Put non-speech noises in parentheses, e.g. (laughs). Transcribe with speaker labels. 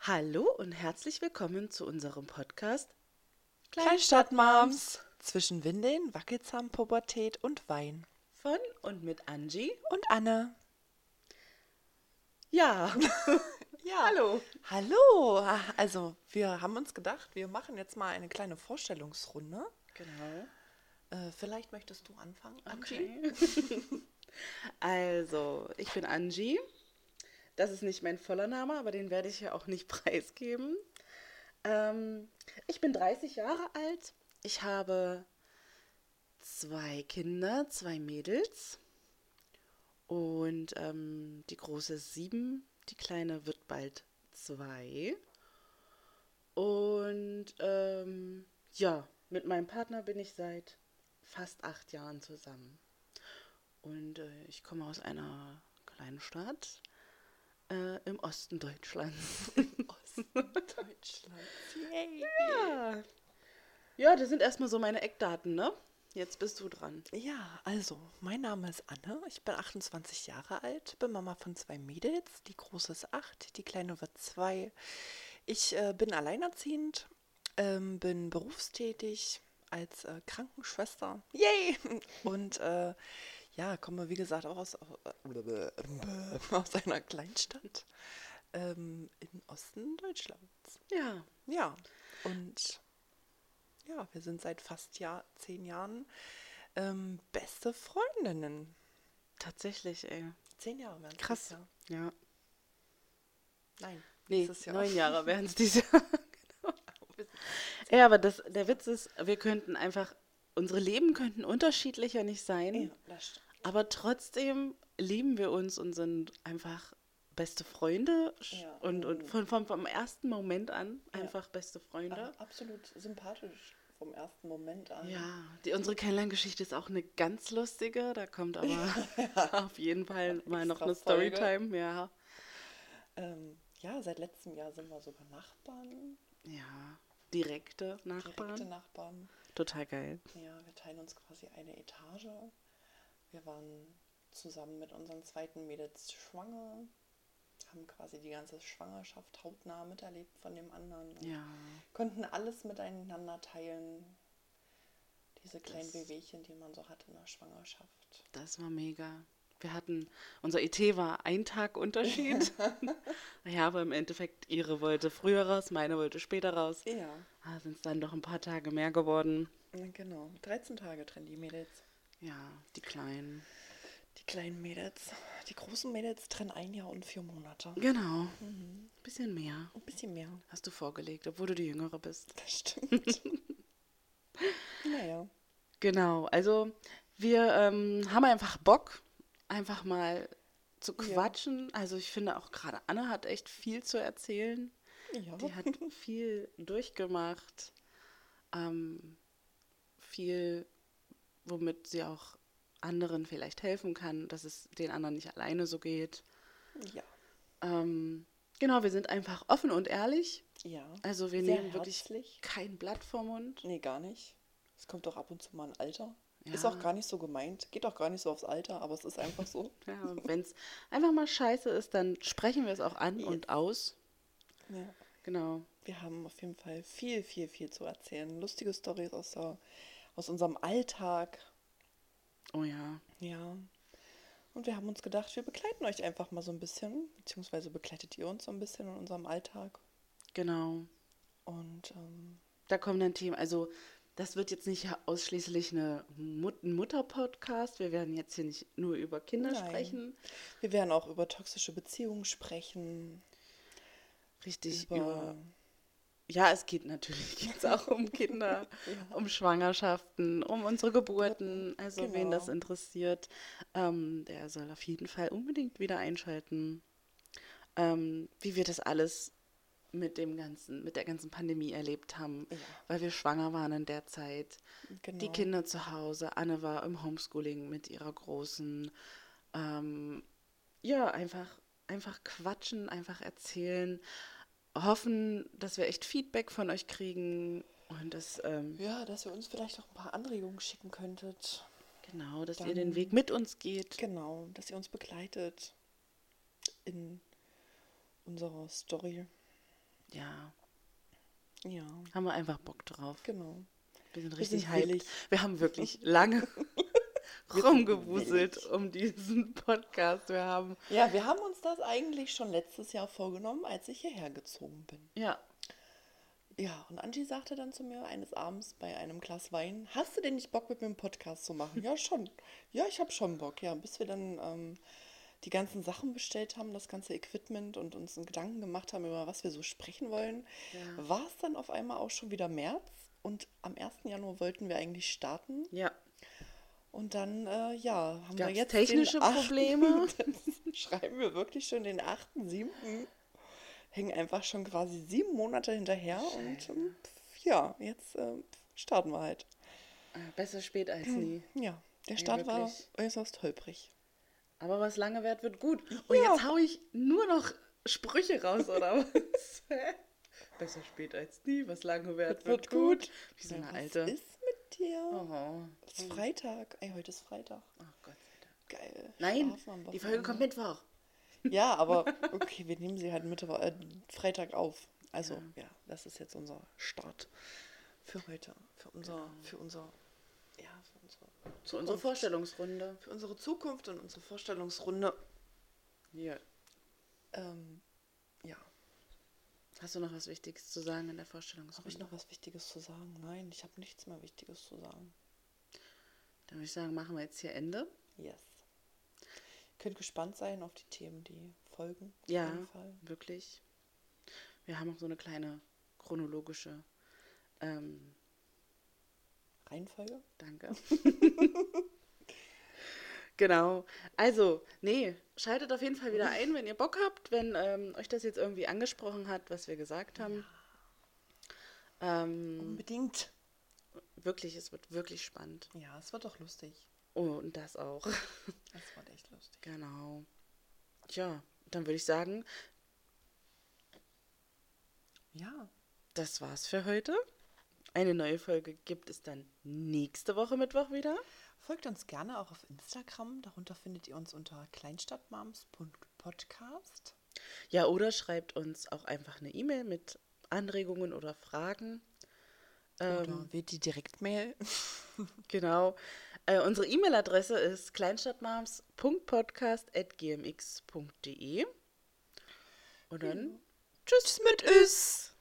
Speaker 1: Hallo und herzlich willkommen zu unserem Podcast
Speaker 2: Kleinstadtmoms. Zwischen Windeln, Wackelzahn, Pubertät und Wein.
Speaker 1: von und mit Angie.
Speaker 2: Und Anne.
Speaker 1: Ja,
Speaker 2: Ja.
Speaker 1: hallo.
Speaker 2: Hallo. Ah, Also, wir haben uns gedacht, wir machen jetzt mal eine kleine Vorstellungsrunde.
Speaker 1: Genau.
Speaker 2: Äh, vielleicht möchtest du anfangen, Angie?
Speaker 1: Okay. (laughs) Also, ich bin Angie. Das ist nicht mein voller Name, aber den werde ich ja auch nicht (laughs) preisgeben. Ähm, ich bin 30 Jahre alt. Ich habe zwei Kinder, zwei Mädels. Und ähm, die große ist sieben, die kleine wird bald zwei. Und ähm, ja, mit meinem Partner bin ich seit fast acht Jahren zusammen. Und äh, ich komme aus einer kleinen Stadt äh, im Osten Deutschlands. (laughs)
Speaker 2: Deutschland. Yay.
Speaker 1: ja. ja, das sind erstmal so meine Eckdaten, ne? Jetzt bist du dran.
Speaker 2: Ja, also, mein Name ist Anne. Ich bin 28 Jahre alt, bin Mama von zwei Mädels. Die große ist acht, die kleine wird zwei. Ich äh, bin alleinerziehend, ähm, bin berufstätig als äh, Krankenschwester. Yay! (laughs) Und äh, ja, komme wie gesagt auch aus, äh, (laughs) aus einer Kleinstadt ähm, im Osten Deutschlands.
Speaker 1: Ja.
Speaker 2: Ja, und ja, wir sind seit fast Jahr, zehn Jahren ähm, beste Freundinnen.
Speaker 1: Tatsächlich, ey.
Speaker 2: Zehn Jahre werden es
Speaker 1: Krass.
Speaker 2: dieses Jahr.
Speaker 1: Ja.
Speaker 2: Nein,
Speaker 1: Nee,
Speaker 2: dieses Jahr.
Speaker 1: neun (laughs)
Speaker 2: (laughs)
Speaker 1: Jahre wären es diese Jahr. genau. Ja, aber das, der Witz ist, wir könnten einfach, unsere Leben könnten unterschiedlicher nicht sein.
Speaker 2: Ja, das stimmt.
Speaker 1: Aber trotzdem lieben wir uns und sind einfach beste Freunde sch-
Speaker 2: Ja.
Speaker 1: und, und von, vom, vom ersten Moment an einfach beste Freunde.
Speaker 2: Aber absolut sympathisch vom ersten Moment an.
Speaker 1: Ja, die, unsere Kennenlerngeschichte ist auch eine ganz lustige. Da kommt aber (laughs) auf jeden Fall mal noch
Speaker 2: Extra
Speaker 1: eine
Speaker 2: Folge.
Speaker 1: Storytime. Ja,
Speaker 2: Ähm, ja, seit letztem Jahr sind wir sogar Nachbarn,
Speaker 1: ja, direkte Nachbarn.
Speaker 2: direkte Nachbarn.
Speaker 1: Total geil.
Speaker 2: Ja, wir teilen uns quasi eine Etage. Wir waren zusammen mit unseren zweiten Mädels schwanger, haben quasi die ganze Schwangerschaft hautnah miterlebt von dem anderen. und
Speaker 1: Ja,
Speaker 2: Konnten alles miteinander teilen. Diese kleinen
Speaker 1: Das-
Speaker 2: Wehwehchen, die man so hat in der Schwangerschaft.
Speaker 1: das war mega. Wir hatten, unser IT war ein Tag
Speaker 2: (laughs)
Speaker 1: Unterschied. ja, aber im Endeffekt, ihre wollte früher raus, meine wollte später raus.
Speaker 2: Ja,
Speaker 1: Ah, sind es dann doch ein paar Tage mehr geworden.
Speaker 2: genau. 13 Tage trennen die Mädels.
Speaker 1: Ja, die Kleinen.
Speaker 2: Die kleinen Mädels. Die großen Mädels trennen ein Jahr und vier Monate.
Speaker 1: Genau. Bisschen mehr
Speaker 2: Ein bisschen mehr.
Speaker 1: hast du vorgelegt, obwohl du die Jüngere bist.
Speaker 2: Das stimmt. (laughs) naja.
Speaker 1: Genau, also wir ähm, haben einfach Bock, einfach mal zu quatschen. Also ich finde auch gerade Anne hat echt viel zu erzählen.
Speaker 2: Ja.
Speaker 1: Die hat viel durchgemacht, ähm, viel, womit sie auch anderen vielleicht helfen kann, dass es den anderen nicht alleine so geht.
Speaker 2: ja.
Speaker 1: Ähm, genau, wir sind einfach offen und ehrlich.
Speaker 2: Ja.
Speaker 1: Also wir
Speaker 2: Sehr
Speaker 1: nehmen wirklich
Speaker 2: herzlich.
Speaker 1: kein Blatt vor Mund.
Speaker 2: Nee, gar nicht. Es kommt doch ab und zu mal ein Alter. Ist
Speaker 1: Ja.
Speaker 2: auch gar nicht so gemeint. Geht auch gar nicht so aufs Alter, aber es ist einfach so.
Speaker 1: Ja, und wenn es einfach mal scheiße ist, dann sprechen wir es auch an und aus.
Speaker 2: (laughs) ja.
Speaker 1: Genau.
Speaker 2: Wir haben auf jeden Fall viel, viel, viel zu erzählen. Lustige Storys aus, der, aus unserem Alltag.
Speaker 1: Oh ja.
Speaker 2: Ja. Und wir haben uns gedacht, wir begleiten euch einfach mal so ein bisschen, beziehungsweise begleitet ihr uns so ein bisschen in unserem Alltag.
Speaker 1: Genau.
Speaker 2: Und ähm,
Speaker 1: Da kommen dann Themen. Also, das wird jetzt nicht ausschließlich eine Mut ein Mutter-Podcast. Wir werden jetzt hier nicht nur über Kinder
Speaker 2: Nein.
Speaker 1: sprechen.
Speaker 2: wir werden auch über toxische Beziehungen sprechen.
Speaker 1: Richtig
Speaker 2: Über,
Speaker 1: über. Ja, es geht natürlich
Speaker 2: (laughs)
Speaker 1: geht's auch um Kinder, um Schwangerschaften, um unsere Geburten. Also, wen das
Speaker 2: Genau.
Speaker 1: interessiert, ähm, der soll auf jeden Fall unbedingt wieder einschalten. Ähm, wie wir das alles mit dem ganzen, mit der ganzen Pandemie erlebt haben,
Speaker 2: Ja.
Speaker 1: weil wir schwanger waren in der Zeit.
Speaker 2: genau.
Speaker 1: Die Kinder zu Hause, Anne war im Homeschooling mit ihrer Großen. Ähm, ja, einfach, einfach quatschen, einfach erzählen, hoffen, dass wir echt Feedback von euch kriegen und dass, ähm,
Speaker 2: Ja, dass ihr uns vielleicht auch ein paar Anregungen schicken könntet.
Speaker 1: genau, dass ihr
Speaker 2: Dann-
Speaker 1: den Weg mit uns geht.
Speaker 2: Genau, dass ihr uns begleitet in unserer Story.
Speaker 1: Ja,
Speaker 2: Ja,
Speaker 1: haben wir einfach Bock drauf.
Speaker 2: genau.
Speaker 1: Wir sind
Speaker 2: Wir sind
Speaker 1: richtig heilig.
Speaker 2: willig.
Speaker 1: Wir haben
Speaker 2: (laughs)
Speaker 1: wirklich lange
Speaker 2: sind
Speaker 1: rumgewuselt
Speaker 2: willig.
Speaker 1: um diesen (laughs) Podcast. Wir haben,
Speaker 2: Ja, wir haben uns das eigentlich schon letztes Jahr vorgenommen, als ich hierher gezogen bin.
Speaker 1: ja,
Speaker 2: Ja, und Angie sagte dann zu mir eines Abends bei einem Glas Wein, hast du denn nicht Bock, mit mir einen Podcast zu machen? Ja, schon. Ja, ich habe schon Bock. Ja, bis wir dann ähm, die ganzen Sachen bestellt haben, das ganze Equipment und uns einen Gedanken gemacht haben, über was wir so sprechen wollen,
Speaker 1: Ja.
Speaker 2: war es dann auf einmal auch schon wieder März. Und am 1. Januar wollten wir eigentlich starten.
Speaker 1: ja.
Speaker 2: Und dann, äh, ja, haben
Speaker 1: Gab's
Speaker 2: wir jetzt
Speaker 1: technische
Speaker 2: den 8.
Speaker 1: Probleme?
Speaker 2: (laughs) Dann schreiben wir wirklich schon den 8., 7. Hängen einfach schon quasi sieben Monate hinterher und ähm, pf, ja, jetzt ähm, pf, starten wir halt.
Speaker 1: Äh, Besser spät als nie.
Speaker 2: Ja, der
Speaker 1: Ey,
Speaker 2: Start war
Speaker 1: wirklich.
Speaker 2: äußerst holprig.
Speaker 1: Aber was lange währt, wird gut. Und
Speaker 2: Ja.
Speaker 1: jetzt hau ich nur noch Sprüche raus, oder was? (laughs) Besser spät als nie. Was lange währt, wird, gut. Wie so
Speaker 2: Ja,
Speaker 1: eine
Speaker 2: was
Speaker 1: alte.
Speaker 2: ist mit dir?
Speaker 1: Oh,
Speaker 2: Es ist Freitag. Ey, heute ist Freitag.
Speaker 1: oh Gott sei Dank.
Speaker 2: Geil.
Speaker 1: Nein,
Speaker 2: Schlafen am
Speaker 1: die Folge kommt
Speaker 2: Wochenende.
Speaker 1: Mittwoch.
Speaker 2: Ja, aber okay, wir nehmen sie halt Mittwoch, äh, Freitag auf. Also ja. das ist jetzt unser Start für heute, für unser, für unser, ja, für unsere,
Speaker 1: Zu
Speaker 2: Oh,
Speaker 1: unserer Vorstellungsrunde.
Speaker 2: für unsere Zukunft und unsere Vorstellungsrunde.
Speaker 1: Ja.
Speaker 2: Ähm, ja,
Speaker 1: Hast du noch was Wichtiges zu sagen in der
Speaker 2: habe ich
Speaker 1: Vorstellungsrunde?
Speaker 2: noch was Wichtiges zu sagen? Nein, ich habe nichts mehr Wichtiges zu sagen.
Speaker 1: Dann würde ich sagen, machen wir jetzt hier Ende.
Speaker 2: Yes. Könnt gespannt sein auf die Themen, die folgen. auf
Speaker 1: Ja,
Speaker 2: jeden Fall.
Speaker 1: wirklich. Wir haben auch so eine kleine chronologische. Ähm,
Speaker 2: Reihenfolge.
Speaker 1: danke. genau. Also, nee, schaltet auf jeden Fall wieder ein, wenn ihr Bock habt, wenn ähm, euch das jetzt irgendwie angesprochen hat, was wir gesagt haben. Ähm,
Speaker 2: Unbedingt.
Speaker 1: wirklich, es wird wirklich spannend.
Speaker 2: Ja, es wird doch lustig.
Speaker 1: Oh, und das auch. (laughs)
Speaker 2: Es wird echt lustig.
Speaker 1: genau. Tja, dann würde ich sagen,
Speaker 2: Ja.
Speaker 1: das war's für heute. Eine neue Folge gibt es dann nächste Woche Mittwoch wieder.
Speaker 2: Folgt uns gerne auch auf Instagram. Darunter findet ihr uns unter kleinstadtmams.podcast.
Speaker 1: Ja, oder schreibt uns auch einfach eine E-Mail mit Anregungen oder Fragen. Ähm,
Speaker 2: oder wird die Direktmail?
Speaker 1: genau. Äh, unsere E-Mail-Adresse ist kleinstadtmams.podcast.gmx.de. Und dann
Speaker 2: Tschüss mit Üs!